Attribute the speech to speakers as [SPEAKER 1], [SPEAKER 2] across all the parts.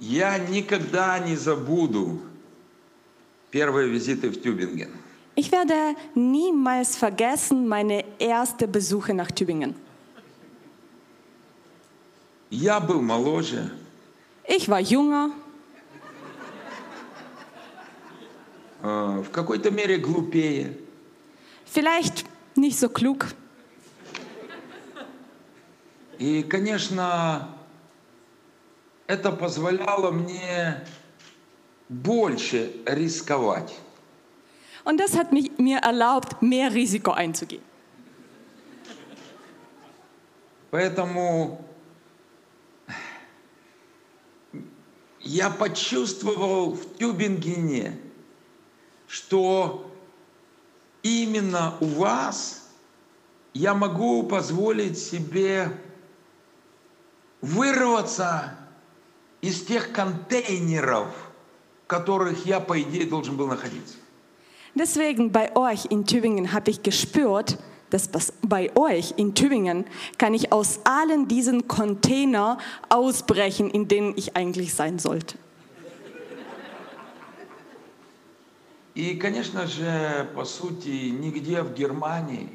[SPEAKER 1] Я никогда не забуду первые визиты в Тюбинген.
[SPEAKER 2] Ich werde niemals vergessen meine erste Besuche nach Tübingen.
[SPEAKER 1] Я был моложе,
[SPEAKER 2] Ich war jünger,
[SPEAKER 1] э, в какой-то мере глупее,
[SPEAKER 2] vielleicht nicht so klug
[SPEAKER 1] И, конечно, это позволяло мне больше рисковать.
[SPEAKER 2] und das hat mich, mir erlaubt, mehr Risiko einzugehen.
[SPEAKER 1] Поэтому я почувствовал в Тюбингене, что именно у вас я могу позволить себе вырваться из тех контейнеров, в которых я, по идее, должен был находиться.
[SPEAKER 2] Deswegen bei euch in Tübingen habe ich gespürt, dass bas- bei euch in Tübingen kann ich aus allen diesen Container ausbrechen, in denen ich eigentlich sein sollte.
[SPEAKER 1] И, конечно же, по сути, нигде в Германии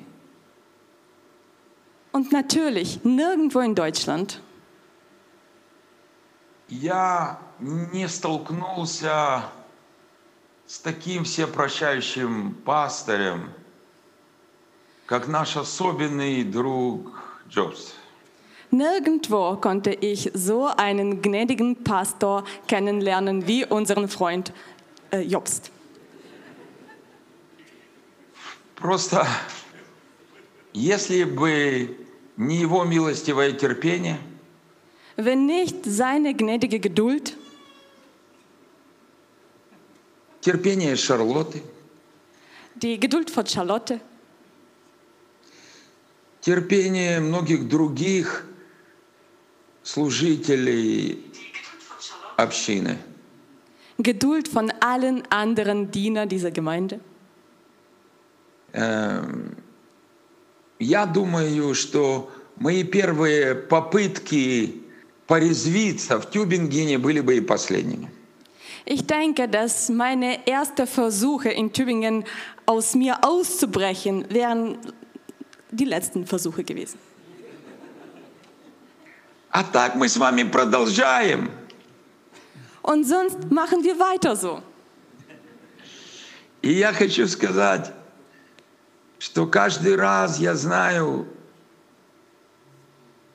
[SPEAKER 2] Und natürlich, nirgendwo in Deutschland
[SPEAKER 1] я не столкнулся с таким всепрощающим пастырем, как наш особенный друг Джобс.
[SPEAKER 2] Nirgendwo konnte ich so einen gnädigen Pastor kennenlernen wie unseren Freund äh, Jobst.
[SPEAKER 1] Просто если бы не его милостивое терпение,
[SPEAKER 2] Wenn nicht seine gnädige Geduld,
[SPEAKER 1] терпение Шарлотты,
[SPEAKER 2] die Geduld von Charlotte,
[SPEAKER 1] терпение многих других служителей общины –
[SPEAKER 2] Geduld von allen anderen Dienern dieser Gemeinde,
[SPEAKER 1] Эм, Я думаю, что мои первые попытки порезвиться в Тюбингене были бы и последними.
[SPEAKER 2] ich denke, dass meine ersten Versuche in Tübingen aus mir auszubrechen wären die letzten Versuche gewesen.
[SPEAKER 1] А так мы с вами продолжаем.
[SPEAKER 2] Und sonst machen wir weiter so.
[SPEAKER 1] И я хочу сказать, что каждый раз я знаю,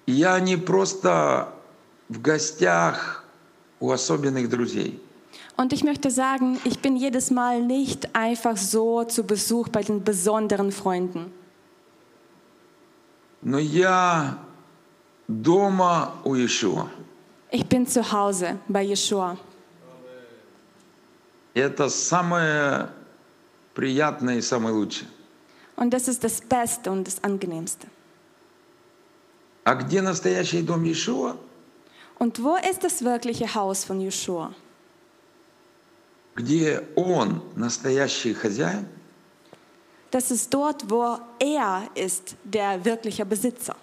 [SPEAKER 1] я не просто в гостях у особенных друзей.
[SPEAKER 2] Und ich möchte sagen, ich bin jedes Mal nicht einfach so zu Besuch bei den besonderen Freunden.
[SPEAKER 1] Но я дома у Ишуа.
[SPEAKER 2] Ich bin zu Hause bei Jeshua.
[SPEAKER 1] Это самое приятное и самое лучшее.
[SPEAKER 2] Und das ist das Beste und das Angenehmste.
[SPEAKER 1] А где настоящий дом Иешуа?
[SPEAKER 2] Und wo ist das wirkliche Haus von Jeshua?
[SPEAKER 1] Где он настоящий хозяин?
[SPEAKER 2] Das ist dort, wo er ist, der wirkliche Besitzer.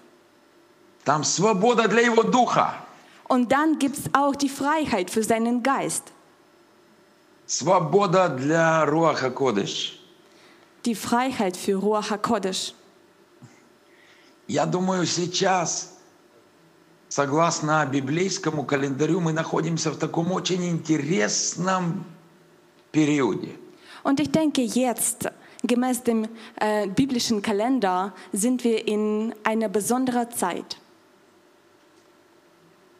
[SPEAKER 1] Там свобода для его духа,
[SPEAKER 2] Und dann gibt es auch die Freiheit für seinen Geist,
[SPEAKER 1] свобода для Руаха Кодыш.
[SPEAKER 2] die Freiheit für Ruach HaKodesh.
[SPEAKER 1] Я думаю, сейчас, согласно библейскому календарю, мы находимся в таком очень интересном периоде.
[SPEAKER 2] Und ich denke, jetzt, gemäß dem äh, biblischen Kalender, sind wir in einer besonderen Zeit.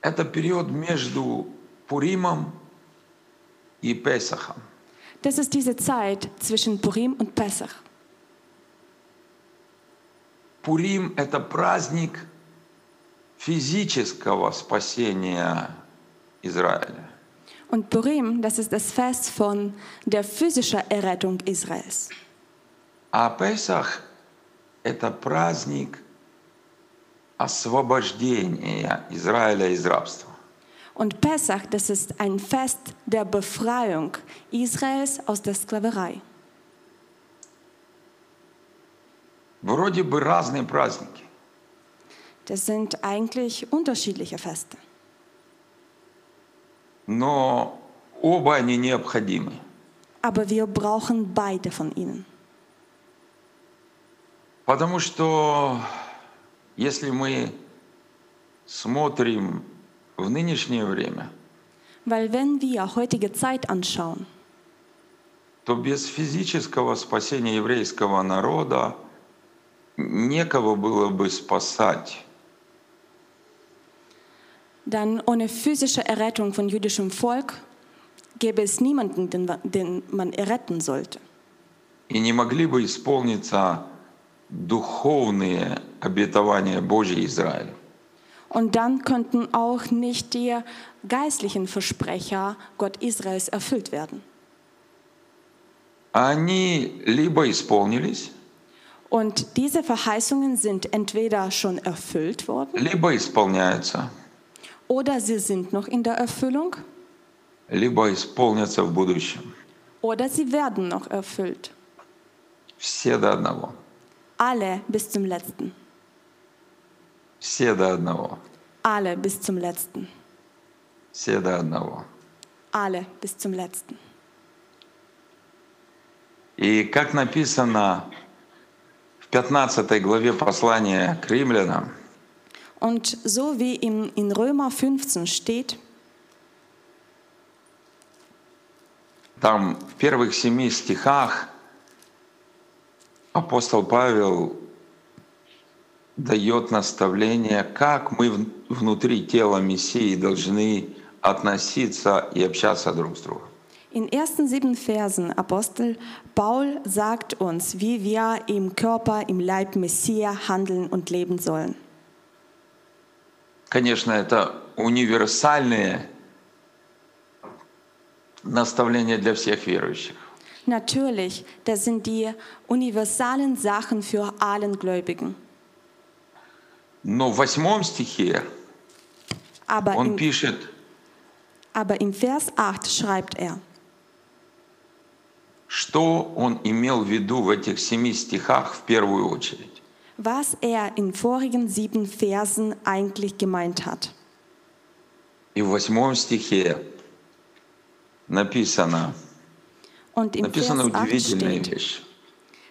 [SPEAKER 1] Это период между Пуримом и Песахом.
[SPEAKER 2] Das ist diese Zeit zwischen Purim und Pessach.
[SPEAKER 1] Пурим – это праздник физического спасения Израиля.
[SPEAKER 2] Und Purim, das ist das Fest von der physischen Errettung Israels.
[SPEAKER 1] А Песах – это праздник освобождения Израиля из рабства.
[SPEAKER 2] Und Pessach, das ist ein Fest der Befreiung Israels aus der Sklaverei.
[SPEAKER 1] Вроде бы разные праздники,
[SPEAKER 2] Das sind eigentlich unterschiedliche Feste.
[SPEAKER 1] но оба они необходимы.
[SPEAKER 2] Aber wir brauchen beide von ihnen.
[SPEAKER 1] Потому что если мы смотрим в нынешнее время,
[SPEAKER 2] Weil wenn wir heutige Zeit anschauen,
[SPEAKER 1] то без физического спасения еврейского народа некого было бы спасать.
[SPEAKER 2] dann ohne physische Errettung von jüdischem Volk gäbe es niemanden, den, wa- den man erretten sollte.
[SPEAKER 1] И не могли бы исполниться духовные обетования Божьей Израиля.
[SPEAKER 2] Und dann könnten auch nicht die geistlichen Versprecher Gott Israels erfüllt werden.
[SPEAKER 1] А Они либо исполнились,
[SPEAKER 2] Und diese Verheißungen sind entweder schon erfüllt worden
[SPEAKER 1] либо исполняются,
[SPEAKER 2] oder sie sind noch in der Erfüllung
[SPEAKER 1] либо исполнятся в будущем.
[SPEAKER 2] oder sie werden noch erfüllt.
[SPEAKER 1] Все до одного.
[SPEAKER 2] Alle bis zum letzten.
[SPEAKER 1] Все до одного.
[SPEAKER 2] Alle bis zum letzten.
[SPEAKER 1] Все до одного.
[SPEAKER 2] Alle bis zum letzten.
[SPEAKER 1] И как написано в 15 главе послания к римлянам,
[SPEAKER 2] Und so wie in, in Römer 15 steht,
[SPEAKER 1] там в первых семи стихах апостол Павел дает наставление, как мы в- внутри тела Мессии должны относиться и общаться друг с другом.
[SPEAKER 2] in ersten sieben Versen, Apostel Paul sagt uns, wie wir im Körper, im Leib Messia handeln und leben sollen.
[SPEAKER 1] Конечно, это универсальные наставления для всех верующих.
[SPEAKER 2] Natürlich, das sind die universalen Sachen für allen Gläubigen.
[SPEAKER 1] Но в восьмом стихе
[SPEAKER 2] Aber
[SPEAKER 1] он
[SPEAKER 2] im,
[SPEAKER 1] пишет,
[SPEAKER 2] aber im Vers 8 schreibt er,
[SPEAKER 1] что он имел в виду в этих семи стихах в первую очередь.
[SPEAKER 2] was er in vorigen sieben Versen eigentlich gemeint hat.
[SPEAKER 1] И в восьмом стихе написано,
[SPEAKER 2] Und im Vers
[SPEAKER 1] написана
[SPEAKER 2] 8
[SPEAKER 1] удивительная
[SPEAKER 2] steht,
[SPEAKER 1] вещь.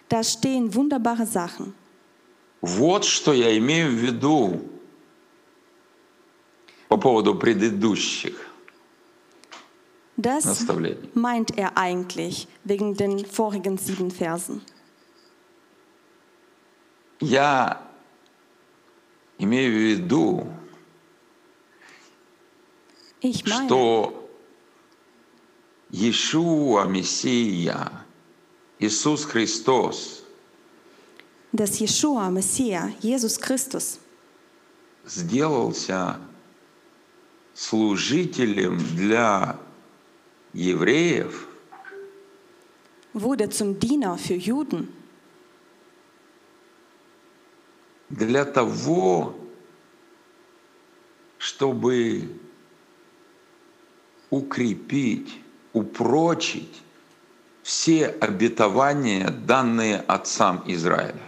[SPEAKER 2] da stehen wunderbare Sachen.
[SPEAKER 1] Вот что я имею в виду по поводу предыдущих
[SPEAKER 2] Das
[SPEAKER 1] наставлений.
[SPEAKER 2] meint er eigentlich wegen den vorigen sieben Versen.
[SPEAKER 1] Я имею в виду,
[SPEAKER 2] Ich meine,
[SPEAKER 1] что Иешуа, Мессия, Иисус Христос
[SPEAKER 2] dass Jeshua, Messias, Jesus Christus,
[SPEAKER 1] сделался служителем для евреев
[SPEAKER 2] wurde zum Diener für Juden,
[SPEAKER 1] для того, чтобы укрепить, упрочить все обетования, данные отцам Израиля.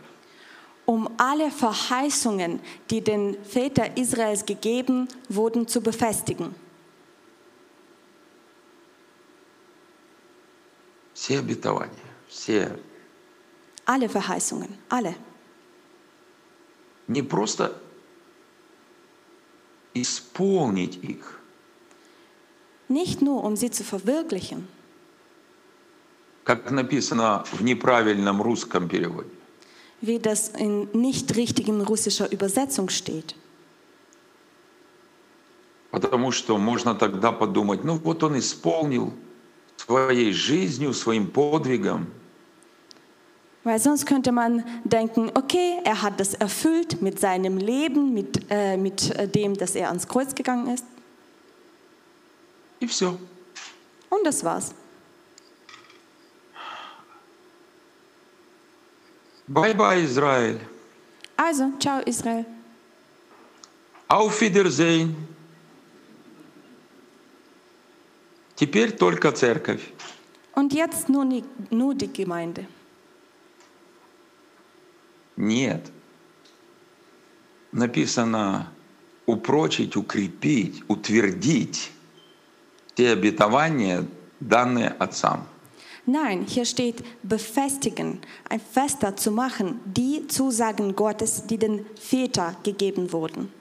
[SPEAKER 2] um alle Verheißungen, die den Vätern Israels gegeben wurden, zu befestigen.
[SPEAKER 1] Все обетования, все
[SPEAKER 2] Alle Verheißungen, alle.
[SPEAKER 1] не просто исполнить их,
[SPEAKER 2] Nicht nur, um sie zu verwirklichen,
[SPEAKER 1] как написано в неправильном русском переводе,
[SPEAKER 2] wie das in nicht richtigen russischer Übersetzung steht.
[SPEAKER 1] потому что можно тогда подумать, ну вот он исполнил своей жизнью, своим подвигом,
[SPEAKER 2] Weil sonst könnte man denken, okay, er hat das erfüllt mit seinem Leben, mit, äh, mit äh, dem, dass er ans Kreuz gegangen ist.
[SPEAKER 1] и все.
[SPEAKER 2] Und das war's.
[SPEAKER 1] Бай-бай, Израиль.
[SPEAKER 2] Also, ciao Israel.
[SPEAKER 1] Auf Wiedersehen. Теперь только церковь.
[SPEAKER 2] Und jetzt nur, ni- nur die Gemeinde.
[SPEAKER 1] Нет. Написано упрочить, укрепить, утвердить те обетования, данные отцам.
[SPEAKER 2] Nein, hier steht befestigen, ein fester zu machen, die Zusagen Gottes, die den Väter gegeben wurden.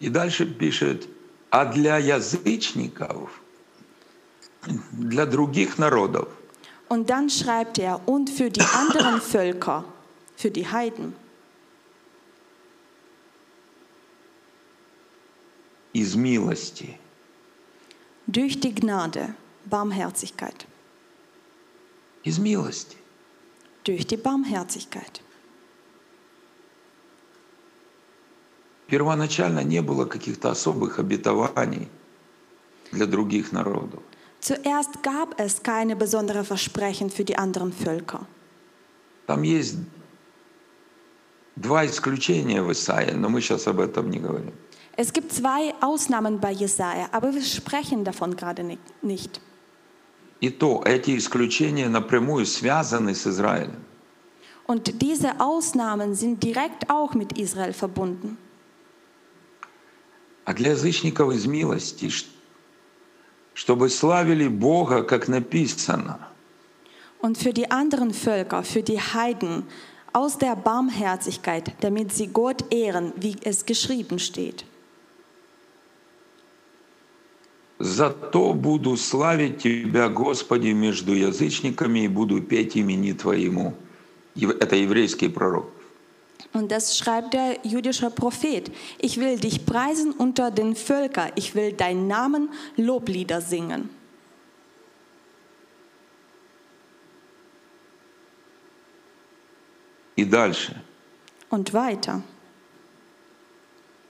[SPEAKER 1] И дальше пишет, а для язычников, для других народов,
[SPEAKER 2] Und dann schreibt er, und für die anderen Völker, für die Heiden,
[SPEAKER 1] из милости.
[SPEAKER 2] durch die Gnade, Barmherzigkeit,
[SPEAKER 1] Из милости.
[SPEAKER 2] durch die Barmherzigkeit.
[SPEAKER 1] Первоначально не было каких-то особых обетований для других народов.
[SPEAKER 2] Zuerst gab es keine besonderen Versprechen für die anderen Völker.
[SPEAKER 1] Там есть два исключения в Исаии, но мы сейчас об этом не говорим.
[SPEAKER 2] Es gibt zwei Ausnahmen bei Jesaja, aber wir sprechen davon gerade ni- nicht.
[SPEAKER 1] И то эти исключения напрямую связаны с Израилем.
[SPEAKER 2] Und diese Ausnahmen sind direkt auch mit Israel verbunden.
[SPEAKER 1] А для язычников из милости, ш- чтобы славили Бога, как написано.
[SPEAKER 2] Und für die anderen Völker, für die Heiden, aus der Barmherzigkeit, damit sie Gott ehren, wie es geschrieben steht.
[SPEAKER 1] «Зато буду славить Тебя, Господи, между язычниками и буду петь имени Твоему». Ев- Это еврейский пророк.
[SPEAKER 2] Und das schreibt der jüdische Prophet. Ich will dich preisen unter den Völkern, ich will deinen Namen Loblieder singen.
[SPEAKER 1] И дальше.
[SPEAKER 2] Und weiter.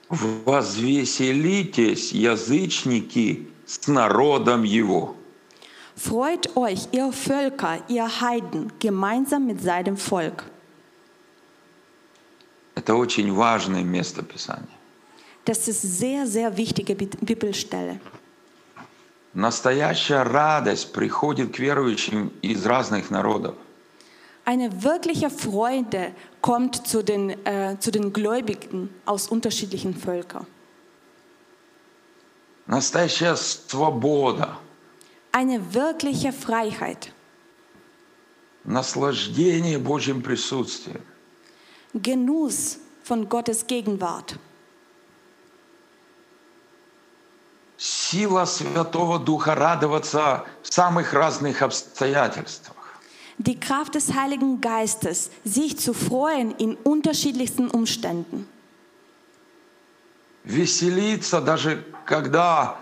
[SPEAKER 1] «Возвеселитесь, язычники, с народом Его».
[SPEAKER 2] Freut euch, ihr Völker, ihr Heiden, gemeinsam mit seinem Volk.
[SPEAKER 1] Это очень важное место Писания.
[SPEAKER 2] Das ist sehr, sehr wichtige Bi- Bibelstelle.
[SPEAKER 1] Настоящая радость приходит к верующим из разных народов.
[SPEAKER 2] Eine wirkliche Freude kommt zu den, äh, zu den Gläubigen aus unterschiedlichen Völkern.
[SPEAKER 1] Настоящая свобода,
[SPEAKER 2] Eine wirkliche Freiheit,
[SPEAKER 1] наслаждение Божьим присутствием.
[SPEAKER 2] Genuss von Gottes Gegenwart,
[SPEAKER 1] Сила Святого Духа радоваться в самых разных обстоятельствах.
[SPEAKER 2] die Kraft des Heiligen Geistes, sich zu freuen in unterschiedlichsten Umständen,
[SPEAKER 1] Веселиться даже когда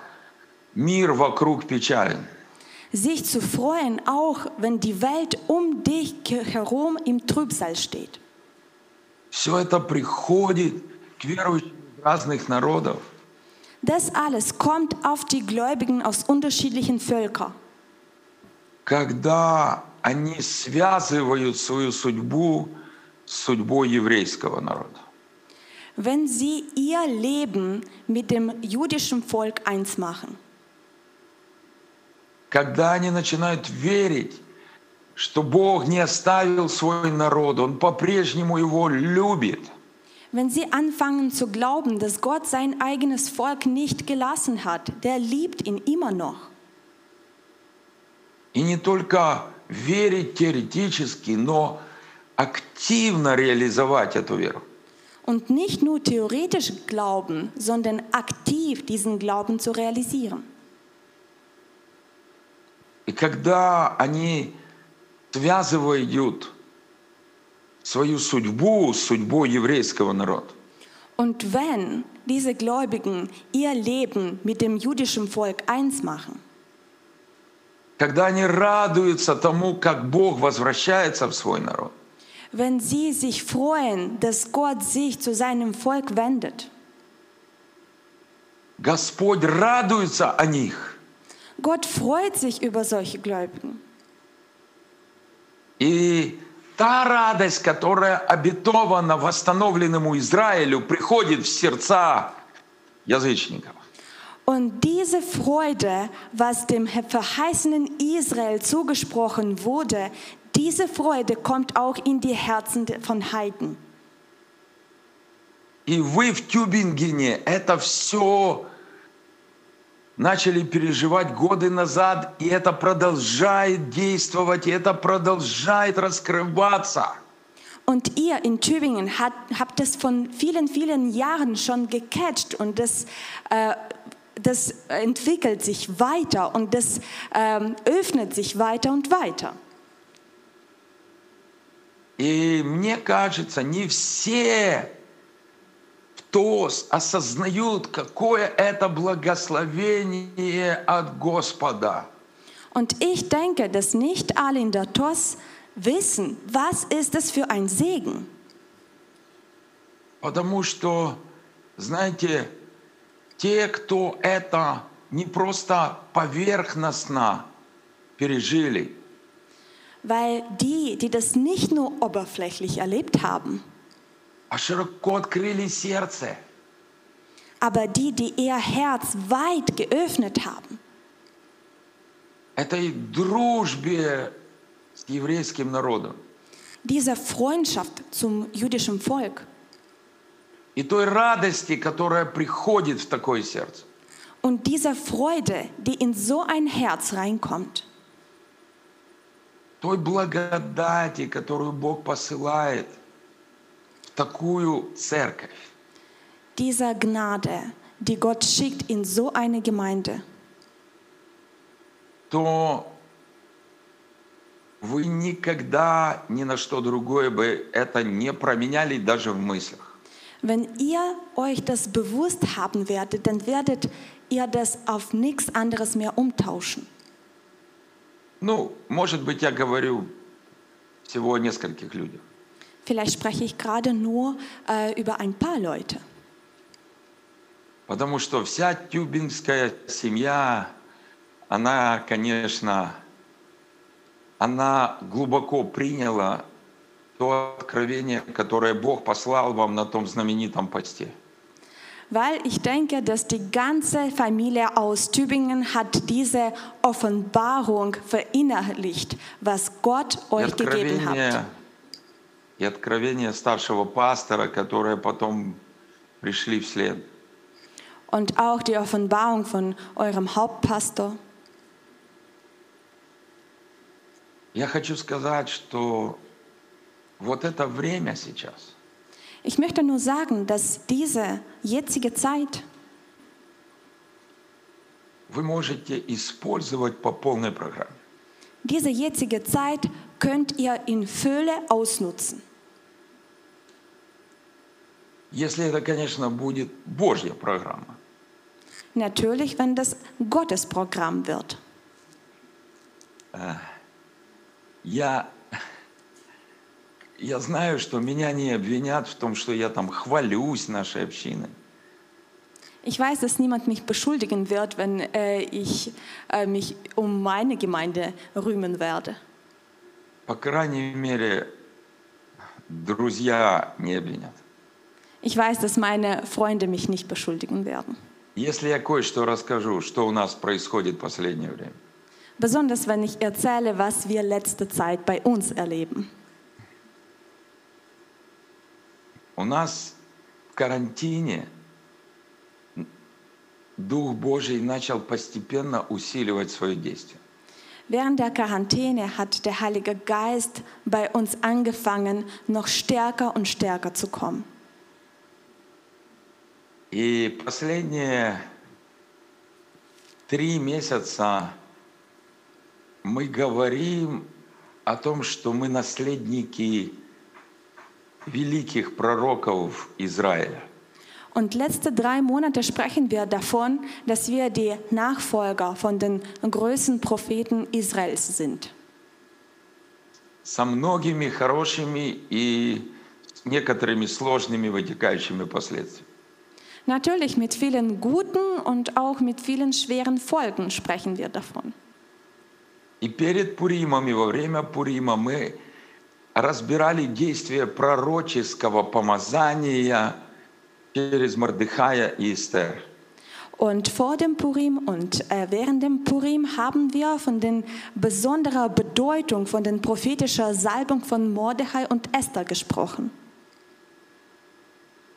[SPEAKER 1] мир вокруг печален.
[SPEAKER 2] sich zu freuen, auch wenn die Welt um dich herum im Trübsal steht.
[SPEAKER 1] Все это приходит к верующим из разных народов.
[SPEAKER 2] Das alles kommt auf die Gläubigen aus unterschiedlichen Völkern.
[SPEAKER 1] Когда они связывают свою судьбу с судьбой еврейского народа.
[SPEAKER 2] wenn sie ihr Leben mit dem jüdischen Volk eins machen,
[SPEAKER 1] Когда они начинают верить, что Бог не оставил свой народ, Он по-прежнему его любит –
[SPEAKER 2] wenn sie anfangen zu glauben, dass Gott sein eigenes Volk nicht gelassen hat, der liebt ihn immer noch.
[SPEAKER 1] И не только верить теоретически, но активно реализовать эту веру.
[SPEAKER 2] Und nicht nur theoretisch glauben, sondern aktiv diesen Glauben zu realisieren.
[SPEAKER 1] И когда они связывают свою судьбу с судьбой еврейского народа,
[SPEAKER 2] Und wenn diese Gläubigen ihr Leben mit dem jüdischen Volk eins machen,
[SPEAKER 1] когда они радуются тому, как Бог возвращается в свой народ,
[SPEAKER 2] wenn sie sich freuen, dass Gott sich zu seinem Volk wendet,
[SPEAKER 1] Господь радуется о них.
[SPEAKER 2] Gott freut sich über solche Gläubigen.
[SPEAKER 1] И та радость, которая обетована восстановленному Израилю, приходит в сердца язычников.
[SPEAKER 2] Und diese Freude, was dem verheißenen Israel zugesprochen wurde, diese Freude kommt auch in die Herzen von Heiden.
[SPEAKER 1] И вы в Тюбингене это все начали переживать годы назад, и это продолжает действовать, и это продолжает раскрываться.
[SPEAKER 2] Und ihr in Tübingen hat, habt das von vielen, vielen Jahren schon gecatcht und das, äh, das entwickelt sich weiter und das ähm, öffnet sich weiter und weiter.
[SPEAKER 1] И мне кажется, не все, кто с- осознают, какое это благословение от Господа.
[SPEAKER 2] Und ich denke, dass nicht alle in der TOS wissen, was ist das für ein Segen.
[SPEAKER 1] Потому что, знаете, те, кто это не просто поверхностно пережили,
[SPEAKER 2] Weil die, die das nicht nur oberflächlich erlebt haben,
[SPEAKER 1] а широко открыли сердце,
[SPEAKER 2] aber die, die ihr Herz weit geöffnet haben,
[SPEAKER 1] этой дружбе с еврейским народом
[SPEAKER 2] dieser Freundschaft zum jüdischen Volk
[SPEAKER 1] и той радости, которая приходит в такое сердце.
[SPEAKER 2] und dieser Freude, die in so ein Herz reinkommt,
[SPEAKER 1] той благодати, которую Бог посылает в такую церковь.
[SPEAKER 2] dieser Gnade, die Gott schickt in so eine Gemeinde,
[SPEAKER 1] то вы никогда ни на что другое бы это не променяли даже в мыслях.
[SPEAKER 2] wenn ihr euch das bewusst haben werdet, dann werdet ihr das auf nichts anderes mehr umtauschen.
[SPEAKER 1] Ну, может быть, я говорю всего о нескольких людях.
[SPEAKER 2] Vielleicht spreche ich gerade nur äh, über ein paar Leute.
[SPEAKER 1] Потому что вся тюбинская семья, она, конечно, она глубоко приняла то откровение, которое Бог послал вам на том знаменитом посте.
[SPEAKER 2] Weil ich denke, dass die ganze Familie aus Tübingen hat diese Offenbarung verinnerlicht, was Gott
[SPEAKER 1] И
[SPEAKER 2] euch gegeben
[SPEAKER 1] откровение,
[SPEAKER 2] hat.
[SPEAKER 1] и откровение старшего пастора, которые потом пришли вслед.
[SPEAKER 2] Und auch die Offenbarung von eurem Hauptpastor.
[SPEAKER 1] Я хочу сказать, что вот это время сейчас,
[SPEAKER 2] Ich möchte nur sagen, dass diese jetzige Zeit,
[SPEAKER 1] вы можете использовать по полной программе.
[SPEAKER 2] diese jetzige Zeit könnt ihr in Fülle ausnutzen.
[SPEAKER 1] Если это, конечно, будет Божья программа.
[SPEAKER 2] Natürlich, wenn das Gottes Programm wird.
[SPEAKER 1] Я, я знаю, что меня не обвинят в том, что я там хвалюсь нашей общиной.
[SPEAKER 2] Ich weiß, dass niemand mich beschuldigen wird, wenn äh, ich äh, mich um meine Gemeinde rühmen werde.
[SPEAKER 1] По крайней мере, друзья не обвинят.
[SPEAKER 2] Ich weiß, dass meine Freunde mich nicht beschuldigen werden.
[SPEAKER 1] Если я кое-что расскажу, что у нас происходит в последнее время,
[SPEAKER 2] Besonders wenn ich erzähle, was wir letzte Zeit bei uns erleben.
[SPEAKER 1] у нас в карантине Дух Божий начал постепенно усиливать свое действие.
[SPEAKER 2] Während der Quarantäne hat der Heilige Geist bei uns angefangen, noch stärker und stärker zu kommen.
[SPEAKER 1] И последние три месяца мы говорим о том, что мы наследники великих пророков Израиля.
[SPEAKER 2] Und letzte drei Monate sprechen wir davon, dass wir die Nachfolger von den größten Propheten Israels sind.
[SPEAKER 1] Со многими хорошими и с некоторыми сложными вытекающими последствиями.
[SPEAKER 2] Natürlich mit vielen guten und auch mit vielen schweren Folgen sprechen wir davon.
[SPEAKER 1] И перед Пуримом, и во время Пурима мы разбирали действие пророческого помазания через Мордыхая и Эстер.
[SPEAKER 2] Und vor dem Purim und äh, während dem Purim haben wir von den besonderer Bedeutung, von den prophetischer Salbung von Mordechai und Esther gesprochen.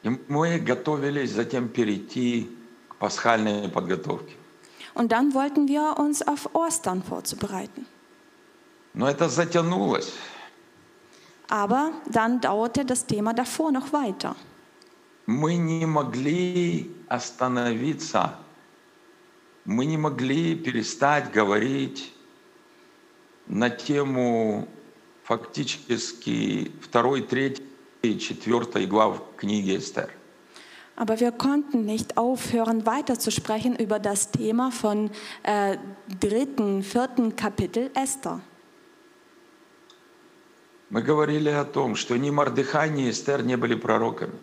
[SPEAKER 1] И мы готовились затем перейти к пасхальной подготовке.
[SPEAKER 2] Und dann wollten wir uns auf Ostern vorzubereiten.
[SPEAKER 1] Но это затянулось.
[SPEAKER 2] Aber dann dauerte das Thema davor noch weiter.
[SPEAKER 1] Мы не могли остановиться. Мы не могли перестать говорить на тему фактически второй, третьей и четвертой глав книги Эстер.
[SPEAKER 2] Aber wir konnten nicht aufhören, weiterzusprechen über das Thema von äh, dritten, vierten Kapitel Esther.
[SPEAKER 1] Мы говорили о том, что ни Мордыхай, ни Эстер не были пророками.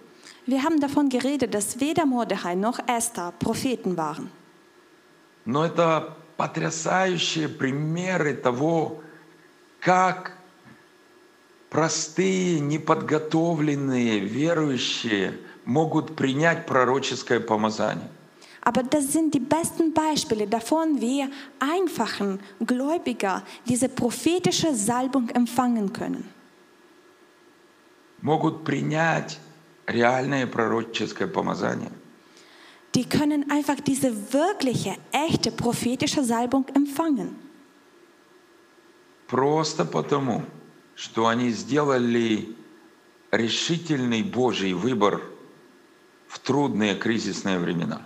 [SPEAKER 2] Wir haben davon geredet, dass weder Mordechai noch Esther Propheten waren.
[SPEAKER 1] Но это потрясающие примеры того, как простые, неподготовленные верующие могут принять пророческое помазание.
[SPEAKER 2] Aber das sind die besten Beispiele davon, wie einfachen Gläubiger diese prophetische Salbung empfangen können.
[SPEAKER 1] Могут принять реальное пророческое помазание.
[SPEAKER 2] Die können einfach diese wirkliche, echte prophetische Salbung empfangen.
[SPEAKER 1] Просто потому, что они сделали решительный Божий выбор в трудные кризисные времена.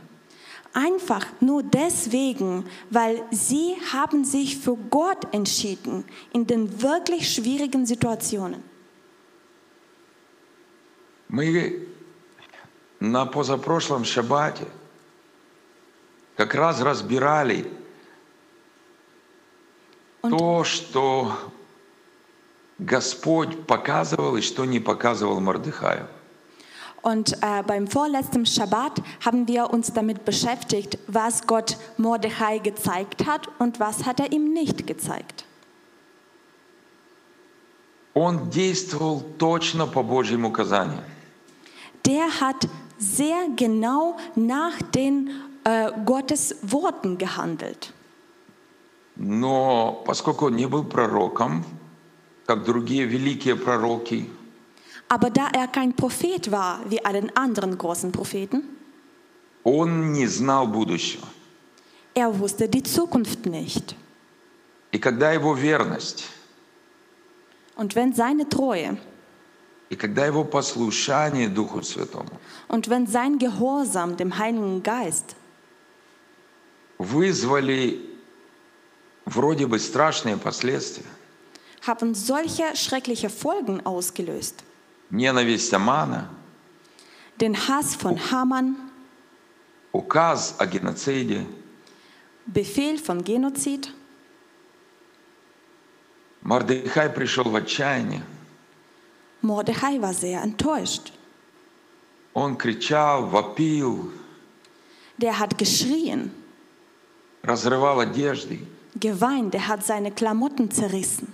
[SPEAKER 2] Einfach nur deswegen, weil sie haben sich für Gott entschieden in den wirklich schwierigen Situationen.
[SPEAKER 1] Мы на позапрошлом шабате как раз разбирали
[SPEAKER 2] Und-
[SPEAKER 1] то, что Господь показывал и что не показывал Мордыхаю.
[SPEAKER 2] Und äh, beim vorletzten Schabbat haben wir uns damit beschäftigt, was Gott Mordechai gezeigt hat und was hat er ihm nicht gezeigt.
[SPEAKER 1] Он действовал точно по Божьим указаниям.
[SPEAKER 2] Der hat sehr genau nach den äh, Gottes Worten gehandelt.
[SPEAKER 1] Но поскольку он не был пророком, как другие великие пророки,
[SPEAKER 2] Aber da er kein Prophet war wie allen anderen großen Propheten,
[SPEAKER 1] он не знал будущего.
[SPEAKER 2] er wusste die Zukunft nicht.
[SPEAKER 1] И когда его верность,
[SPEAKER 2] Und wenn seine Treue
[SPEAKER 1] и когда его послушание Духу Святому
[SPEAKER 2] und wenn sein Gehorsam dem Heiligen Geist
[SPEAKER 1] вызвали вроде бы страшные последствия,
[SPEAKER 2] haben solche schreckliche Folgen ausgelöst.
[SPEAKER 1] ненависть Амана,
[SPEAKER 2] Den Hass von Haman,
[SPEAKER 1] указ о геноциде,
[SPEAKER 2] Befehl von Genozid.
[SPEAKER 1] Мардыхай пришел в отчаяние.
[SPEAKER 2] Mordechai war sehr enttäuscht.
[SPEAKER 1] Он кричал, вопил,
[SPEAKER 2] Der hat geschrien,
[SPEAKER 1] разрывал одежды
[SPEAKER 2] geweint, der hat seine Klamotten zerrissen.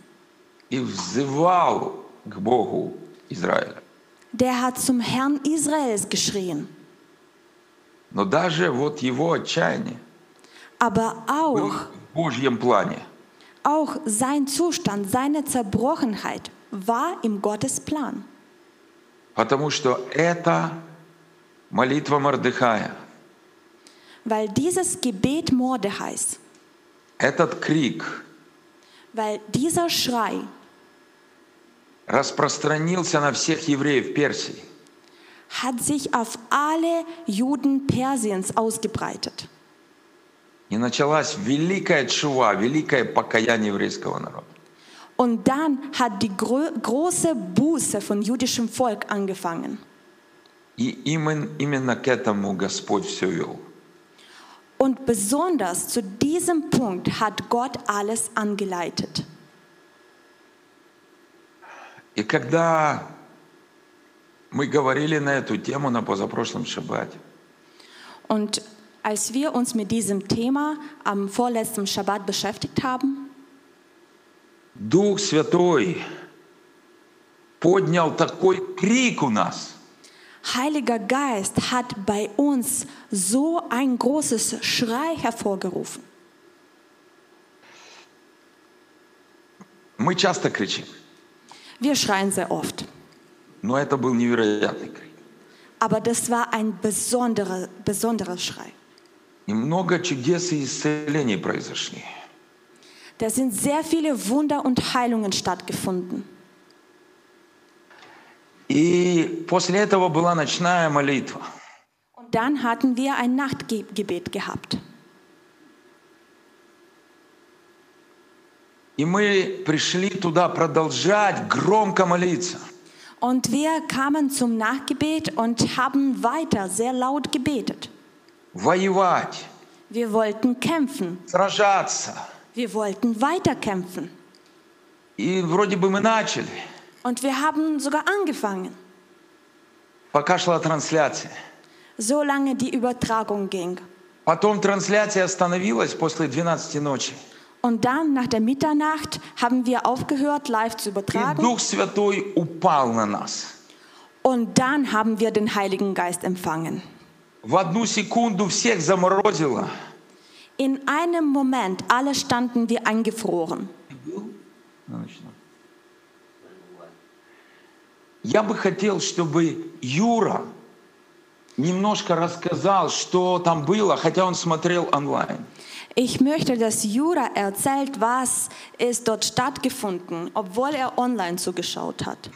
[SPEAKER 1] и взывал к Богу Израиля.
[SPEAKER 2] Der hat zum Herrn Israels geschrien.
[SPEAKER 1] Но даже вот его отчаяние
[SPEAKER 2] Aber
[SPEAKER 1] было
[SPEAKER 2] auch,
[SPEAKER 1] в Божьем плане.
[SPEAKER 2] auch sein Zustand, seine Zerbrochenheit war im Gottes Plan.
[SPEAKER 1] Потому что это молитва Мордыхая,
[SPEAKER 2] Weil dieses Gebet Mordechais,
[SPEAKER 1] этот крик
[SPEAKER 2] weil dieser Schrei
[SPEAKER 1] распространился на всех евреев Персии.
[SPEAKER 2] hat sich auf alle Juden Persiens ausgebreitet.
[SPEAKER 1] И началась великая чува, великое покаяние еврейского народа.
[SPEAKER 2] Und dann hat die grö- große Buße von jüdischem Volk angefangen.
[SPEAKER 1] И имен- именно к этому Господь все вел.
[SPEAKER 2] Und besonders zu diesem Punkt hat Gott alles angeleitet.
[SPEAKER 1] И когда мы говорили на эту tему на позапрошлом шаббате,
[SPEAKER 2] Und als wir uns mit diesem Thema am vorletzten Schabbat beschäftigt haben,
[SPEAKER 1] Дух Святой поднял такой крик у нас,
[SPEAKER 2] Heiliger Geist hat bei uns so ein großes Schrei hervorgerufen.
[SPEAKER 1] Мы часто кричим,
[SPEAKER 2] Wir schreien sehr oft,
[SPEAKER 1] но это был невероятный крик.
[SPEAKER 2] aber das war ein besonderer, besonderer Schrei.
[SPEAKER 1] И много чудес и исцелений произошли.
[SPEAKER 2] Da sind sehr viele Wunder und Heilungen stattgefunden.
[SPEAKER 1] И после этого была ночная молитва.
[SPEAKER 2] Und dann hatten wir ein Nachtgebet gehabt.
[SPEAKER 1] И мы пришли туда продолжать громко молиться.
[SPEAKER 2] Und wir kamen zum Nachtgebet und haben weiter sehr laut gebetet.
[SPEAKER 1] воевать,
[SPEAKER 2] Wir wollten kämpfen.
[SPEAKER 1] сражаться.
[SPEAKER 2] Wir wollten weiter kämpfen.
[SPEAKER 1] И вроде бы мы начали,
[SPEAKER 2] Und wir haben sogar angefangen,
[SPEAKER 1] пока шла трансляция.
[SPEAKER 2] solange die Übertragung ging.
[SPEAKER 1] Потом трансляция остановилась после 12 ночи.
[SPEAKER 2] Und dann nach der Mitternacht haben wir aufgehört, live zu
[SPEAKER 1] И
[SPEAKER 2] übertragen.
[SPEAKER 1] Дух Святой упал на нас.
[SPEAKER 2] Und dann haben wir den Heiligen Geist empfangen.
[SPEAKER 1] В одну секунду всех заморозило.
[SPEAKER 2] In einem Moment, alle standen wir eingefroren.
[SPEAKER 1] Ну, Я бы хотел, чтобы Юра немножко рассказал, что там было, хотя он смотрел онлайн.
[SPEAKER 2] Ich möchte, dass Jura erzählt, was ist dort stattgefunden, obwohl er online zugeschaut hat.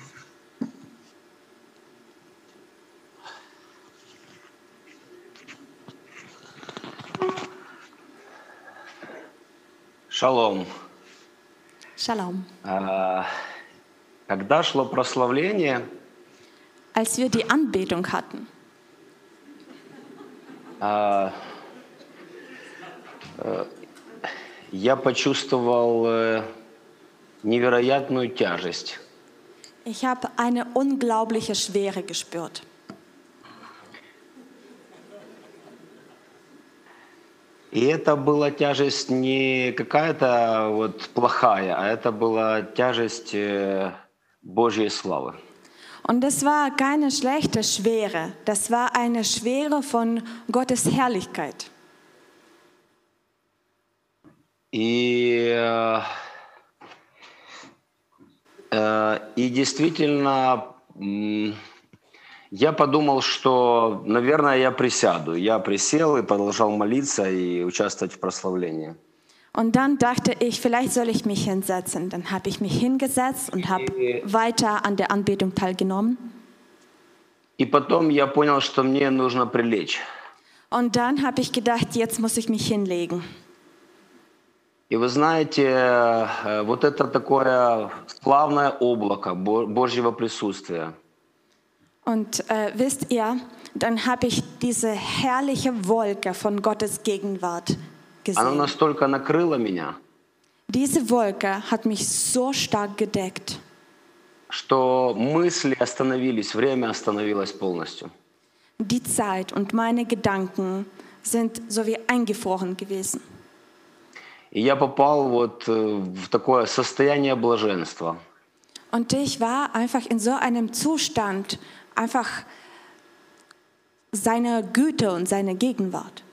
[SPEAKER 3] Шалом.
[SPEAKER 2] Shalom.
[SPEAKER 3] А, Когда шло прославление,
[SPEAKER 2] Als wir die Anbetung hatten,
[SPEAKER 3] я почувствовал э, невероятную тяжесть.
[SPEAKER 2] ich habe eine unglaubliche Schwere gespürt.
[SPEAKER 3] И это была тяжесть не какая-то вот плохая, а это была тяжесть э, Божьей славы.
[SPEAKER 2] Und das war keine schlechte Schwere, das war eine Schwere von Gottes Herrlichkeit.
[SPEAKER 3] И, э, э, и действительно, м, я подумал, что, наверное, я присяду. Я присел и продолжал молиться и участвовать в прославлении.
[SPEAKER 2] Und dann dachte ich, vielleicht soll ich mich hinsetzen. Dann habe ich mich hingesetzt und habe weiter an der Anbetung teilgenommen.
[SPEAKER 3] И потом я понял, что мне нужно прилечь.
[SPEAKER 2] Und dann habe ich gedacht, jetzt muss ich mich hinlegen.
[SPEAKER 3] И вы знаете, э, вот это такое славное облако Бо- Божьего присутствия.
[SPEAKER 2] Und äh, wisst ihr, dann habe ich diese herrliche Wolke von Gottes Gegenwart
[SPEAKER 3] Оно
[SPEAKER 2] gesehen.
[SPEAKER 3] настолько накрыло меня,
[SPEAKER 2] Diese Wolke hat mich so stark gedeckt,
[SPEAKER 3] что мысли остановились, время остановилось полностью.
[SPEAKER 2] die Zeit und meine Gedanken sind so wie eingefroren gewesen.
[SPEAKER 3] И я попал вот э, в такое состояние блаженства.
[SPEAKER 2] Und ich war einfach in so einem Zustand, einfach seiner Güte und seiner Gegenwart.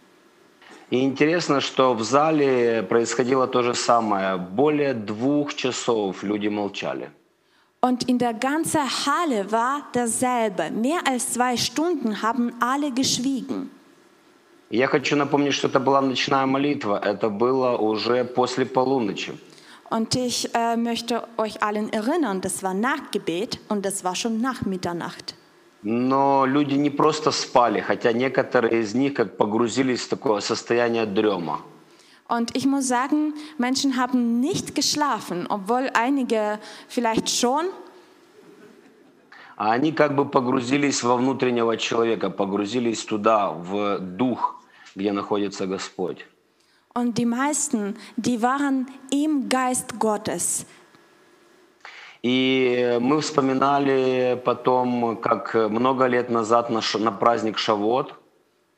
[SPEAKER 3] И интересно, что в зале происходило то же самое. Более двух часов люди молчали.
[SPEAKER 2] Und in der ganzen Halle war dasselbe. Mehr als zwei Stunden haben alle geschwiegen.
[SPEAKER 3] И Я хочу напомнить, что это была ночная молитва. Это было уже после полуночи.
[SPEAKER 2] Und ich äh, möchte euch allen erinnern, das war Nachtgebet und das war schon nach Mitternacht.
[SPEAKER 3] Но люди не просто спали, хотя некоторые из них как погрузились в такое состояние дрема.
[SPEAKER 2] Und ich muss sagen, Menschen haben nicht geschlafen, obwohl einige vielleicht schon,
[SPEAKER 3] А они как бы погрузились во внутреннего человека, погрузились туда, в дух, где находится Господь.
[SPEAKER 2] und die meisten, die waren im Geist Gottes.
[SPEAKER 3] И мы вспоминали потом, как много лет назад на, Ш- на праздник Шавот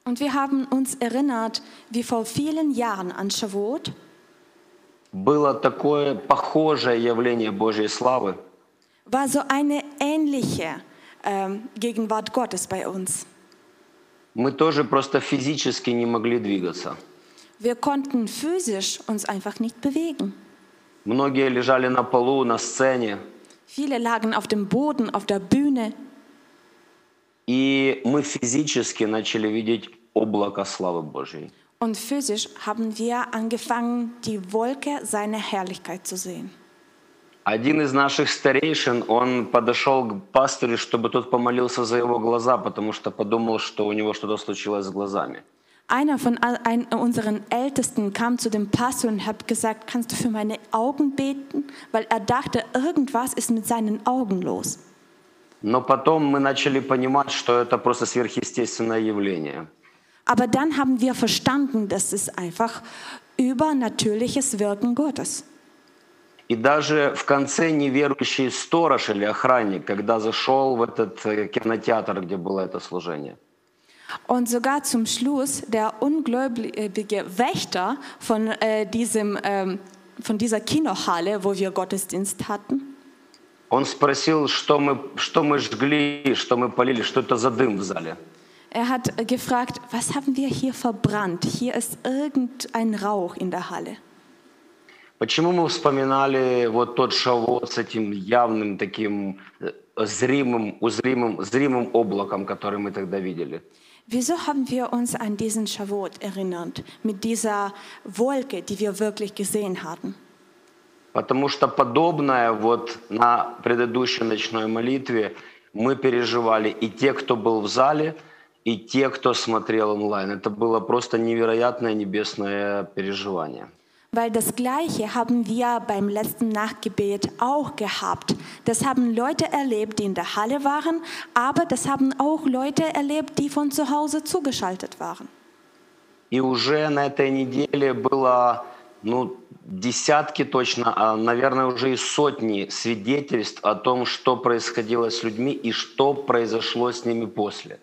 [SPEAKER 2] Und wir haben uns erinnert, wie vor vielen Jahren an Shavuot
[SPEAKER 3] было такое похожее явление Божьей славы.
[SPEAKER 2] war so eine ähnliche ähm, Gegenwart Gottes bei uns.
[SPEAKER 3] Мы тоже просто физически не могли двигаться.
[SPEAKER 2] Wir konnten physisch uns einfach nicht bewegen.
[SPEAKER 3] Многие лежали на полу, на сцене.
[SPEAKER 2] Viele lagen auf dem Boden, auf der Bühne.
[SPEAKER 3] И мы физически начали видеть облако славы Божьей.
[SPEAKER 2] Und physisch haben wir angefangen, die Wolke seiner Herrlichkeit zu sehen.
[SPEAKER 3] Один из наших старейшин, он подошел к пастырю, чтобы тот помолился за его глаза, потому что подумал, что у него что-то случилось с глазами.
[SPEAKER 2] Einer von all- ein, unseren Ältesten kam zu dem Pastor und hat gesagt, kannst du für meine Augen beten? Weil er dachte, irgendwas ist mit seinen Augen los.
[SPEAKER 3] Но потом мы начали понимать, что это просто сверхъестественное явление.
[SPEAKER 2] Aber dann haben wir verstanden, das ist einfach übernatürliches Wirken Gottes.
[SPEAKER 3] И даже в конце неверующий сторож или охранник, когда зашел в этот э, кинотеатр, где было это служение,
[SPEAKER 2] Und sogar zum Schluss der ungläubige Wächter von, äh, diesem, ähm, von dieser Kinohalle, wo wir Gottesdienst hatten,
[SPEAKER 3] он спросил, что мы, что мы жгли, что мы полили, что это за дым в зале.
[SPEAKER 2] er hat äh, gefragt, was haben wir hier verbrannt? Hier ist irgendein Rauch in der Halle.
[SPEAKER 3] Почему мы вспоминали вот тот шавот с этим явным таким э, зримым, узримым, зримым облаком, который мы тогда видели?
[SPEAKER 2] Wieso haben wir uns an diesen Schavot erinnert, mit dieser Wolke, die wir wirklich gesehen hatten?
[SPEAKER 3] Потому что подобное вот на предыдущей ночной молитве мы переживали и те, кто был в зале, и те, кто смотрел онлайн. Это было просто невероятное небесное переживание.
[SPEAKER 2] Weil das Gleiche haben wir beim letzten Nachtgebet auch gehabt. Das haben Leute erlebt, die in der Halle waren, aber das haben auch Leute erlebt, die von zu Hause zugeschaltet waren.
[SPEAKER 3] И уже на этой неделе было ну, десятки точно, а, наверное, уже и сотни свидетельств о том, что происходило с людьми и что произошло с ними после.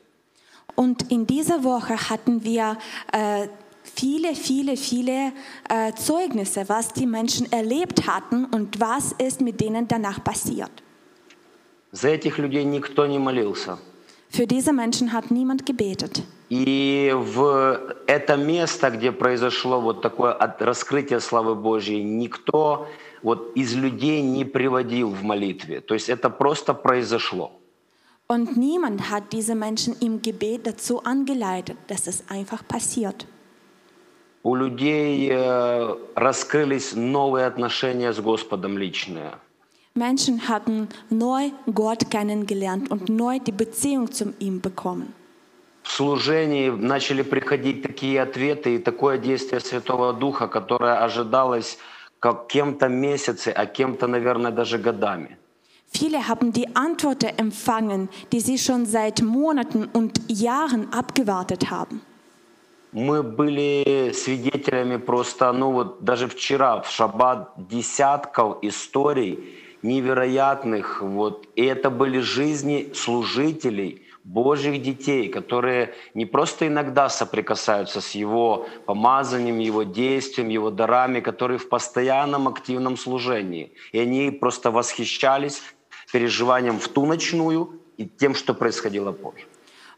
[SPEAKER 2] Und in dieser Woche hatten wir äh, viele, viele, viele äh, Zeugnisse, was die Menschen erlebt hatten und was ist mit denen danach passiert.
[SPEAKER 3] За этих людей никто не молился.
[SPEAKER 2] Für diese Menschen hat niemand gebetet.
[SPEAKER 3] И в это место, где произошло вот такое от- раскрытие славы Божьей, никто вот из людей не приводил в молитве. То есть это просто произошло.
[SPEAKER 2] Und niemand hat diese Menschen im Gebet dazu angeleitet, dass es einfach passiert.
[SPEAKER 3] У людей э, раскрылись новые отношения с Господом личные.
[SPEAKER 2] Menschen hatten neu Gott kennengelernt und neu die Beziehung zu ihm bekommen.
[SPEAKER 3] В служении начали приходить такие ответы и такое действие Святого Духа, которое ожидалось как кем-то месяцы, а кем-то, наверное, даже годами.
[SPEAKER 2] Viele haben die Antworten empfangen, die sie schon seit Monaten und Jahren abgewartet haben.
[SPEAKER 3] Мы были свидетелями просто, ну вот даже вчера в шаббат десятков историй невероятных, вот, и это были жизни служителей, Божьих детей, которые не просто иногда соприкасаются с Его помазанием, Его действием, Его дарами, которые в постоянном активном служении. И они просто восхищались переживанием в ту ночную и тем, что происходило позже.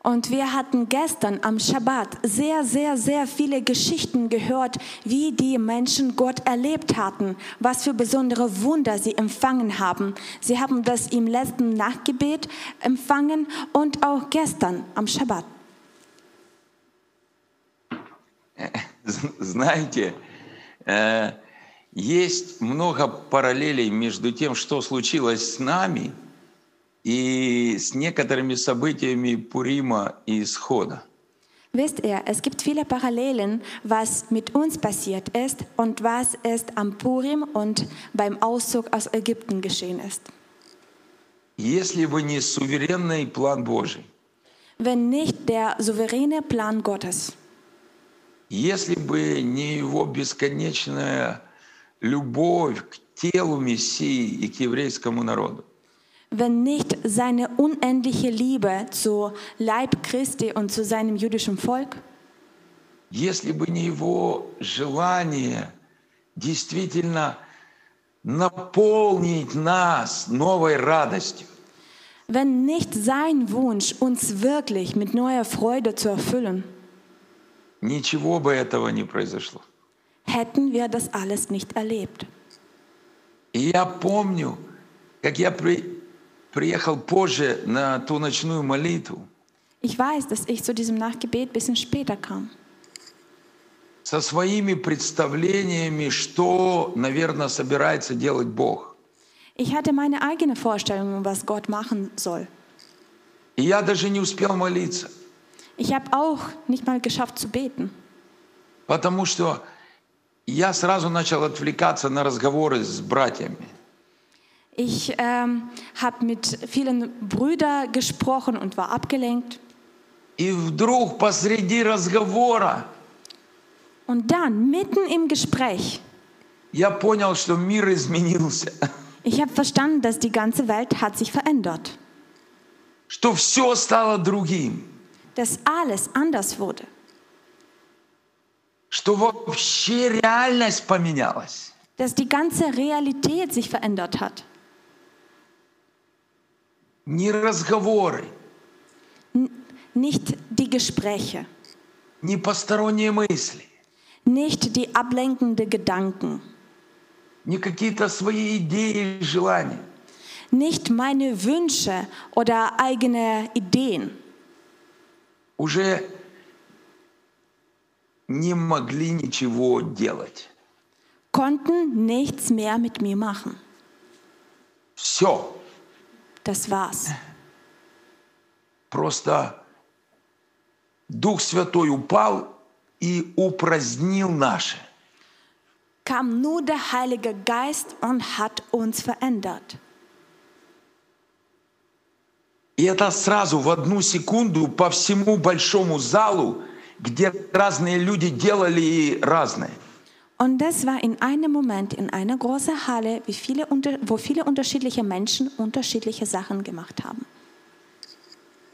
[SPEAKER 2] Und wir hatten gestern am Schabbat sehr, sehr, sehr viele Geschichten gehört, wie die Menschen Gott erlebt hatten, was für besondere Wunder sie empfangen haben. Sie haben das im letzten Nachtgebet empfangen und auch gestern am Schabbat.
[SPEAKER 1] З- Знаете, э, есть много параллелей между тем, что случилось с нами, и с некоторыми событиями Пурима и Исхода.
[SPEAKER 2] Wisst ihr, es gibt viele Parallelen, was mit uns passiert ist und was ist am Purim und beim Auszug aus Ägypten geschehen ist.
[SPEAKER 1] Если бы не суверенный план Божий,
[SPEAKER 2] Wenn nicht der souveräne Plan Gottes.
[SPEAKER 1] если бы не его бесконечная любовь к телу Мессии и к еврейскому народу,
[SPEAKER 2] wenn nicht seine unendliche Liebe zu Leib Christi und zu seinem jüdischen Volk,
[SPEAKER 1] если бы не его желание действительно наполнить нас новой радостью,
[SPEAKER 2] wenn nicht sein Wunsch, uns wirklich mit neuer Freude zu erfüllen,
[SPEAKER 1] ничего бы этого не произошло.
[SPEAKER 2] hätten wir das alles nicht erlebt.
[SPEAKER 1] И я помню, как я при- приехал позже на ту ночную молитву,
[SPEAKER 2] Ich weiß, dass ich zu diesem Nachgebet ein bisschen später kam.
[SPEAKER 1] со своими представлениями, что, наверное, собирается делать Бог.
[SPEAKER 2] Ich hatte meine eigene Vorstellung, was Gott machen soll.
[SPEAKER 1] И я даже не успел молиться,
[SPEAKER 2] Ich habe auch nicht mal geschafft zu beten,
[SPEAKER 1] потому что я сразу начал отвлекаться на разговоры с братьями.
[SPEAKER 2] Ich ähm, habe mit vielen Brüdern gesprochen und war abgelenkt.
[SPEAKER 1] И вдруг посреди разговора
[SPEAKER 2] Und dann, mitten im Gespräch,
[SPEAKER 1] я понял, что мир изменился,
[SPEAKER 2] ich habe verstanden, dass die ganze Welt hat sich verändert.
[SPEAKER 1] что все стало другим,
[SPEAKER 2] Dass alles anders wurde.
[SPEAKER 1] что вообще реальность поменялась.
[SPEAKER 2] Dass die ganze Realität sich verändert hat.
[SPEAKER 1] Не разговоры,
[SPEAKER 2] Nicht die Gespräche,
[SPEAKER 1] не посторонние мысли,
[SPEAKER 2] nicht die ablenkenden Gedanken,
[SPEAKER 1] не какие-то свои идеи и желания.
[SPEAKER 2] nicht meine Wünsche oder eigene Ideen.
[SPEAKER 1] Уже не могли ничего делать.
[SPEAKER 2] konnten nichts mehr mit mir machen.
[SPEAKER 1] Все.
[SPEAKER 2] Das war's.
[SPEAKER 1] Просто Дух Святой упал и упразднил наши.
[SPEAKER 2] Kam nur der Heilige Geist und hat uns verändert.
[SPEAKER 1] И это сразу в одну секунду по всему большому залу, где разные люди делали и разные.
[SPEAKER 2] Und das war in einem Moment in einer großen Halle, wie viele unter, wo viele unterschiedliche Menschen unterschiedliche Sachen gemacht haben.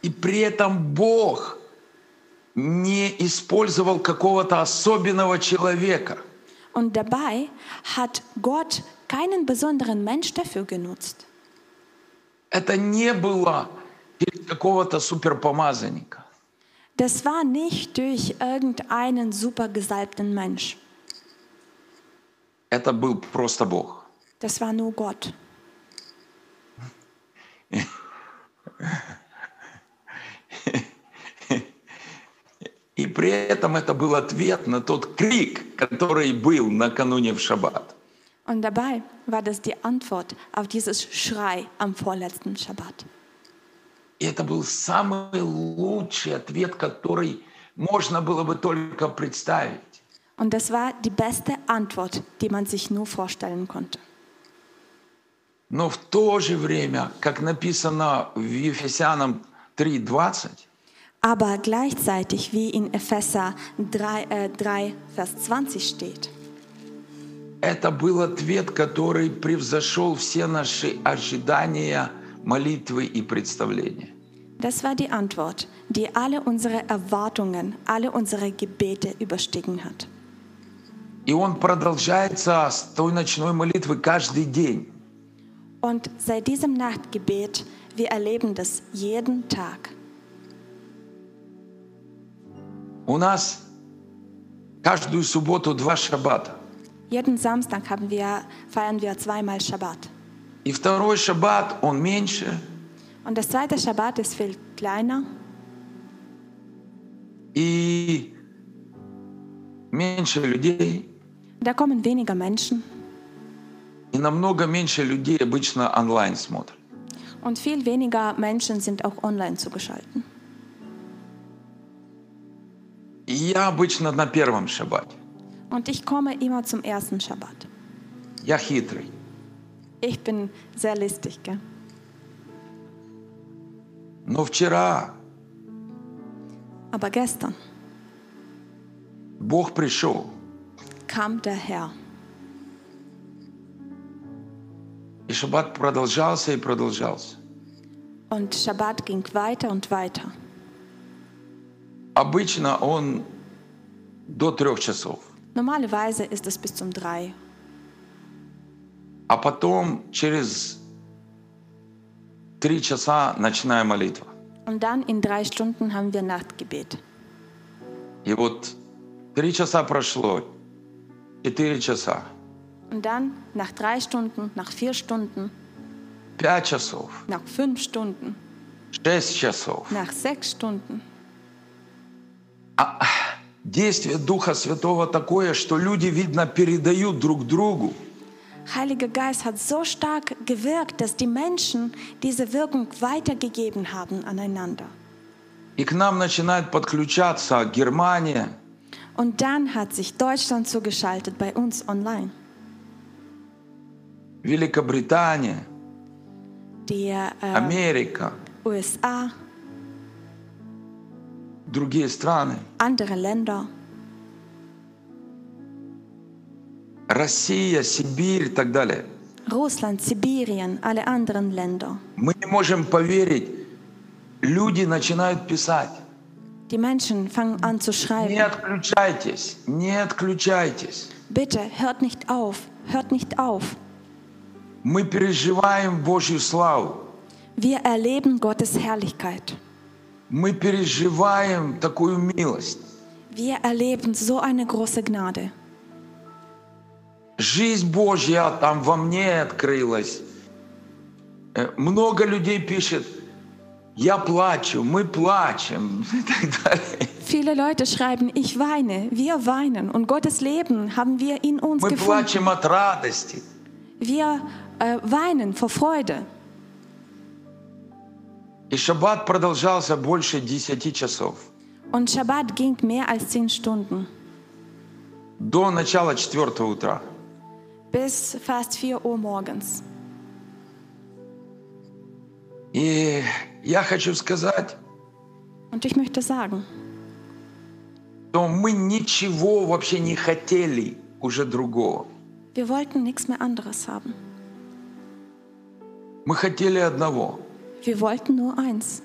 [SPEAKER 1] И при этом Бог не использовал какого-то особенного человека.
[SPEAKER 2] Und dabei hat Gott keinen besonderen Mensch dafür genutzt.
[SPEAKER 1] Это не было через какого-то суперпомазанника.
[SPEAKER 2] Das war nicht durch irgendeinen supergesalbten Mensch.
[SPEAKER 1] Это был просто Бог.
[SPEAKER 2] Das war nur Gott.
[SPEAKER 1] И при этом это был ответ на тот крик, который был накануне в шаббат.
[SPEAKER 2] Und dabei war das die Antwort auf dieses Schrei am vorletzten Schabbat.
[SPEAKER 1] И это был самый лучший ответ, который можно было бы только представить.
[SPEAKER 2] Und das war die beste Antwort, die man sich nur vorstellen konnte.
[SPEAKER 1] Но в то же время, как написано в Ефесянам 3.20,
[SPEAKER 2] Aber gleichzeitig, wie in Epheser 3, äh, 3 Vers 20 steht,
[SPEAKER 1] это был ответ, который превзошел все наши ожидания, молитвы и представления.
[SPEAKER 2] das war die Antwort, die alle unsere Erwartungen, alle unsere Gebete überstiegen hat.
[SPEAKER 1] И он продолжается с той ночной молитвы каждый день.
[SPEAKER 2] Und seit diesem Nachtgebet, wir erleben das jeden Tag.
[SPEAKER 1] У нас каждую субботу два шаббата.
[SPEAKER 2] Jeden Samstag haben wir, feiern wir zweimal Schabbat.
[SPEAKER 1] И второй шаббат, он меньше.
[SPEAKER 2] Und das zweite Schabbat ist viel kleiner.
[SPEAKER 1] И меньше людей.
[SPEAKER 2] Da kommen weniger Menschen
[SPEAKER 1] И намного меньше людей обычно онлайн смотрят.
[SPEAKER 2] und viel weniger Menschen sind auch online zugeschaltet.
[SPEAKER 1] И я обычно на первом шаббате.
[SPEAKER 2] Und ich komme immer zum ersten Schabbat.
[SPEAKER 1] Я хитрый.
[SPEAKER 2] Ich bin sehr listig. Gell?
[SPEAKER 1] Но вчера
[SPEAKER 2] Aber gestern
[SPEAKER 1] Бог пришел.
[SPEAKER 2] kam der Herr.
[SPEAKER 1] И шаббат продолжался и продолжался.
[SPEAKER 2] Und Schabbat ging weiter und weiter.
[SPEAKER 1] Обычно он до трех часов.
[SPEAKER 2] Normalerweise ist es bis zum 3.
[SPEAKER 1] А потом через три часа ночная молитва.
[SPEAKER 2] Und dann in drei Stunden haben wir Nachtgebet.
[SPEAKER 1] И вот три часа прошло, четыре часа,
[SPEAKER 2] Und dann nach drei Stunden, nach vier Stunden,
[SPEAKER 1] пять часов,
[SPEAKER 2] nach fünf Stunden,
[SPEAKER 1] шесть часов.
[SPEAKER 2] nach sechs Stunden.
[SPEAKER 1] действие Духа Святого такое, что люди, видно, передают друг другу.
[SPEAKER 2] Heiliger Geist hat so stark gewirkt, dass die Menschen diese Wirkung weitergegeben haben aneinander.
[SPEAKER 1] И к нам начинает подключаться Германия,
[SPEAKER 2] Und dann hat sich Deutschland zugeschaltet bei uns online.
[SPEAKER 1] Великобритания,
[SPEAKER 2] Die äh,
[SPEAKER 1] Америка,
[SPEAKER 2] USA,
[SPEAKER 1] другие страны.
[SPEAKER 2] andere Länder,
[SPEAKER 1] Россия, Сибирь и так далее.
[SPEAKER 2] Russland, Sibirien, alle anderen Länder.
[SPEAKER 1] Мы не можем поверить. Люди начинают писать.
[SPEAKER 2] Die Menschen fangen an zu
[SPEAKER 1] Не
[SPEAKER 2] schreiben.
[SPEAKER 1] отключайтесь, не отключайтесь.
[SPEAKER 2] Bitte hört nicht auf, hört nicht auf.
[SPEAKER 1] Мы переживаем Божью славу.
[SPEAKER 2] Wir erleben Gottes Herrlichkeit.
[SPEAKER 1] Мы переживаем такую милость.
[SPEAKER 2] Wir erleben so eine große Gnade.
[SPEAKER 1] Жизнь Божья там во мне открылась. Э, Много людей пишет, я плачу, мы плачем и так далее.
[SPEAKER 2] Viele Leute schreiben, ich weine, wir weinen und Gottes Leben haben wir in uns
[SPEAKER 1] Мы
[SPEAKER 2] gefunden.
[SPEAKER 1] плачем от радости.
[SPEAKER 2] Wir äh, weinen vor Freude.
[SPEAKER 1] И шаббат продолжался больше 10 часов.
[SPEAKER 2] Und Schabbat ging mehr als zehn Stunden
[SPEAKER 1] До начала 4 утра.
[SPEAKER 2] bis fast 4 Uhr morgens.
[SPEAKER 1] И я хочу сказать,
[SPEAKER 2] Und ich möchte sagen,
[SPEAKER 1] что мы ничего вообще не хотели уже другого.
[SPEAKER 2] wir wollten nichts mehr anderes haben.
[SPEAKER 1] Мы хотели одного,
[SPEAKER 2] Wir wollten nur eins,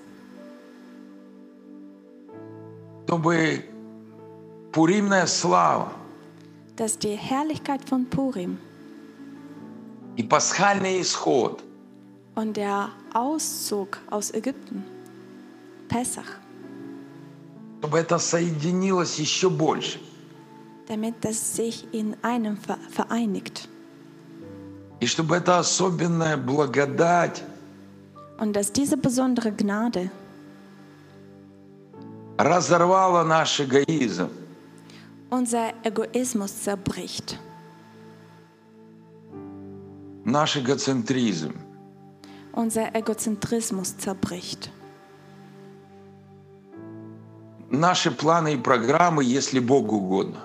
[SPEAKER 1] чтобы пуримная слава
[SPEAKER 2] dass die Herrlichkeit von Purim
[SPEAKER 1] и пасхальный исход
[SPEAKER 2] und der Auszug aus Ägypten, Pessach,
[SPEAKER 1] чтобы это соединилось еще больше.
[SPEAKER 2] damit das sich in einem ver- vereinigt
[SPEAKER 1] И чтобы эта особенная благодать
[SPEAKER 2] und dass diese besondere Gnade
[SPEAKER 1] разорвала наш эгоизм,
[SPEAKER 2] unser Egoismus zerbricht,
[SPEAKER 1] наш эгоцентризм.
[SPEAKER 2] unser Egozentrismus zerbricht,
[SPEAKER 1] Наши планы и программы, если Богу угодно.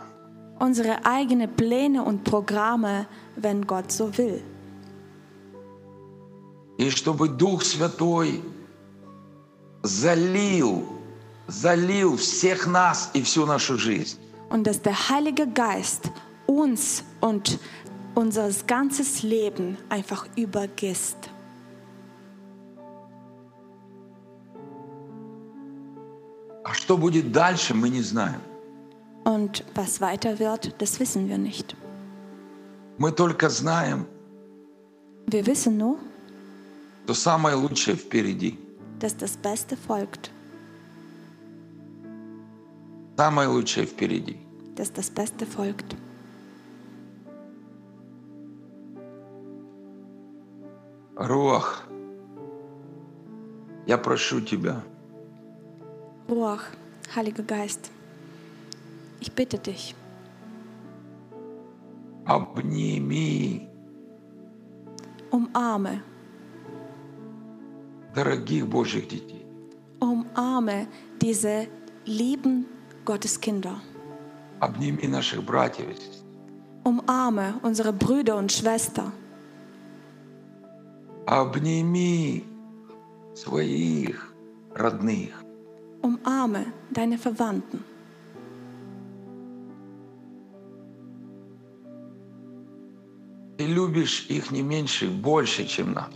[SPEAKER 2] unsere eigenen Pläne und Programme, wenn Gott so will.
[SPEAKER 1] И чтобы Дух Святой залил, залил всех нас и всю нашу жизнь.
[SPEAKER 2] Und dass der Heilige Geist uns und unser ganzes Leben einfach übergießt.
[SPEAKER 1] А что будет дальше, мы не знаем.
[SPEAKER 2] Und was weiter wird, das wissen wir nicht.
[SPEAKER 1] Мы только знаем,
[SPEAKER 2] Wir wissen nur,
[SPEAKER 1] что самое лучшее впереди.
[SPEAKER 2] dass das Beste folgt,
[SPEAKER 1] Самое лучшее впереди.
[SPEAKER 2] dass das Beste folgt.
[SPEAKER 1] Руах, я прошу тебя,
[SPEAKER 2] Ruach, Heiliger Geist, ich bitte dich,
[SPEAKER 1] обними
[SPEAKER 2] umarme,
[SPEAKER 1] дорогих Божьих детей.
[SPEAKER 2] umarme diese lieben Gotteskinder.
[SPEAKER 1] Обними наших братьев и сестер.
[SPEAKER 2] Umarme unsere Brüder und Schwestern.
[SPEAKER 1] Обними своих родных.
[SPEAKER 2] Umarme deine Verwandten.
[SPEAKER 1] Ты любишь их не меньше, больше, чем нас.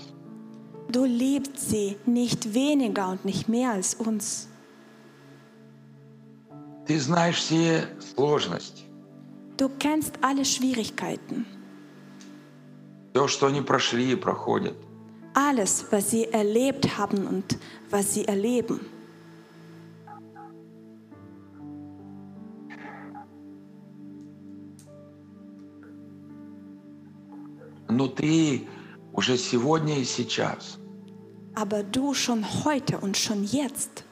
[SPEAKER 2] Du liebst sie nicht weniger und nicht mehr als uns.
[SPEAKER 1] Ты знаешь все сложности,
[SPEAKER 2] Du kennst alle Schwierigkeiten,
[SPEAKER 1] все, что они прошли и проходят.
[SPEAKER 2] alles, was sie erlebt haben und was sie erleben.
[SPEAKER 1] Но ты уже сегодня и сейчас
[SPEAKER 2] Aber du schon heute und schon jetzt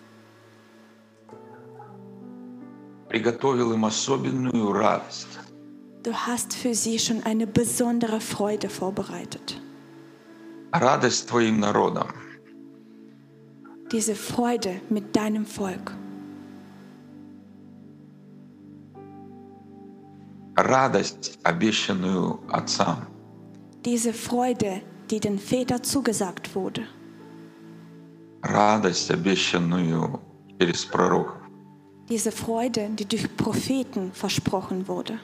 [SPEAKER 1] приготовил им особенную радость.
[SPEAKER 2] Du hast für sie schon eine besondere Freude vorbereitet.
[SPEAKER 1] Радость твоим народом.
[SPEAKER 2] Diese Freude mit deinem Volk.
[SPEAKER 1] Радость, обещанную отцам.
[SPEAKER 2] Diese Freude, die den Vätern zugesagt wurde.
[SPEAKER 1] Радость, обещанную через пророков.
[SPEAKER 2] Diese Freude, die durch Propheten versprochen wurde.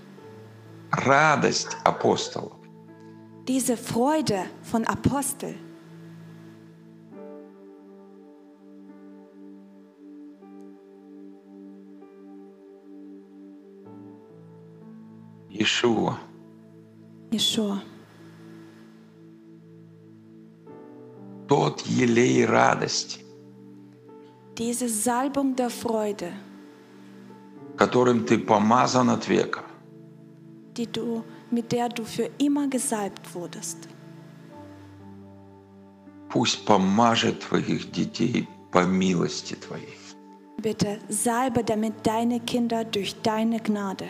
[SPEAKER 1] Радость апостолов.
[SPEAKER 2] Diese Freude von Apostel.
[SPEAKER 1] Иешуа.
[SPEAKER 2] Yeshua.
[SPEAKER 1] Тот елей радости,
[SPEAKER 2] Diese Salbung der Freude,
[SPEAKER 1] которым ты помазан от века.
[SPEAKER 2] die du, mit der du für immer gesalbt wurdest.
[SPEAKER 1] Пусть помажет твоих детей по милости твоей.
[SPEAKER 2] Bitte salbe damit deine Kinder durch deine Gnade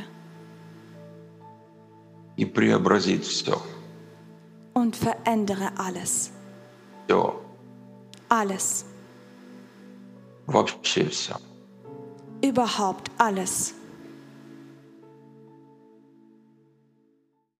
[SPEAKER 1] и преобразит все.
[SPEAKER 2] und verändere alles.
[SPEAKER 1] Все.
[SPEAKER 2] Alles.
[SPEAKER 1] Вообще все.
[SPEAKER 2] Überhaupt alles.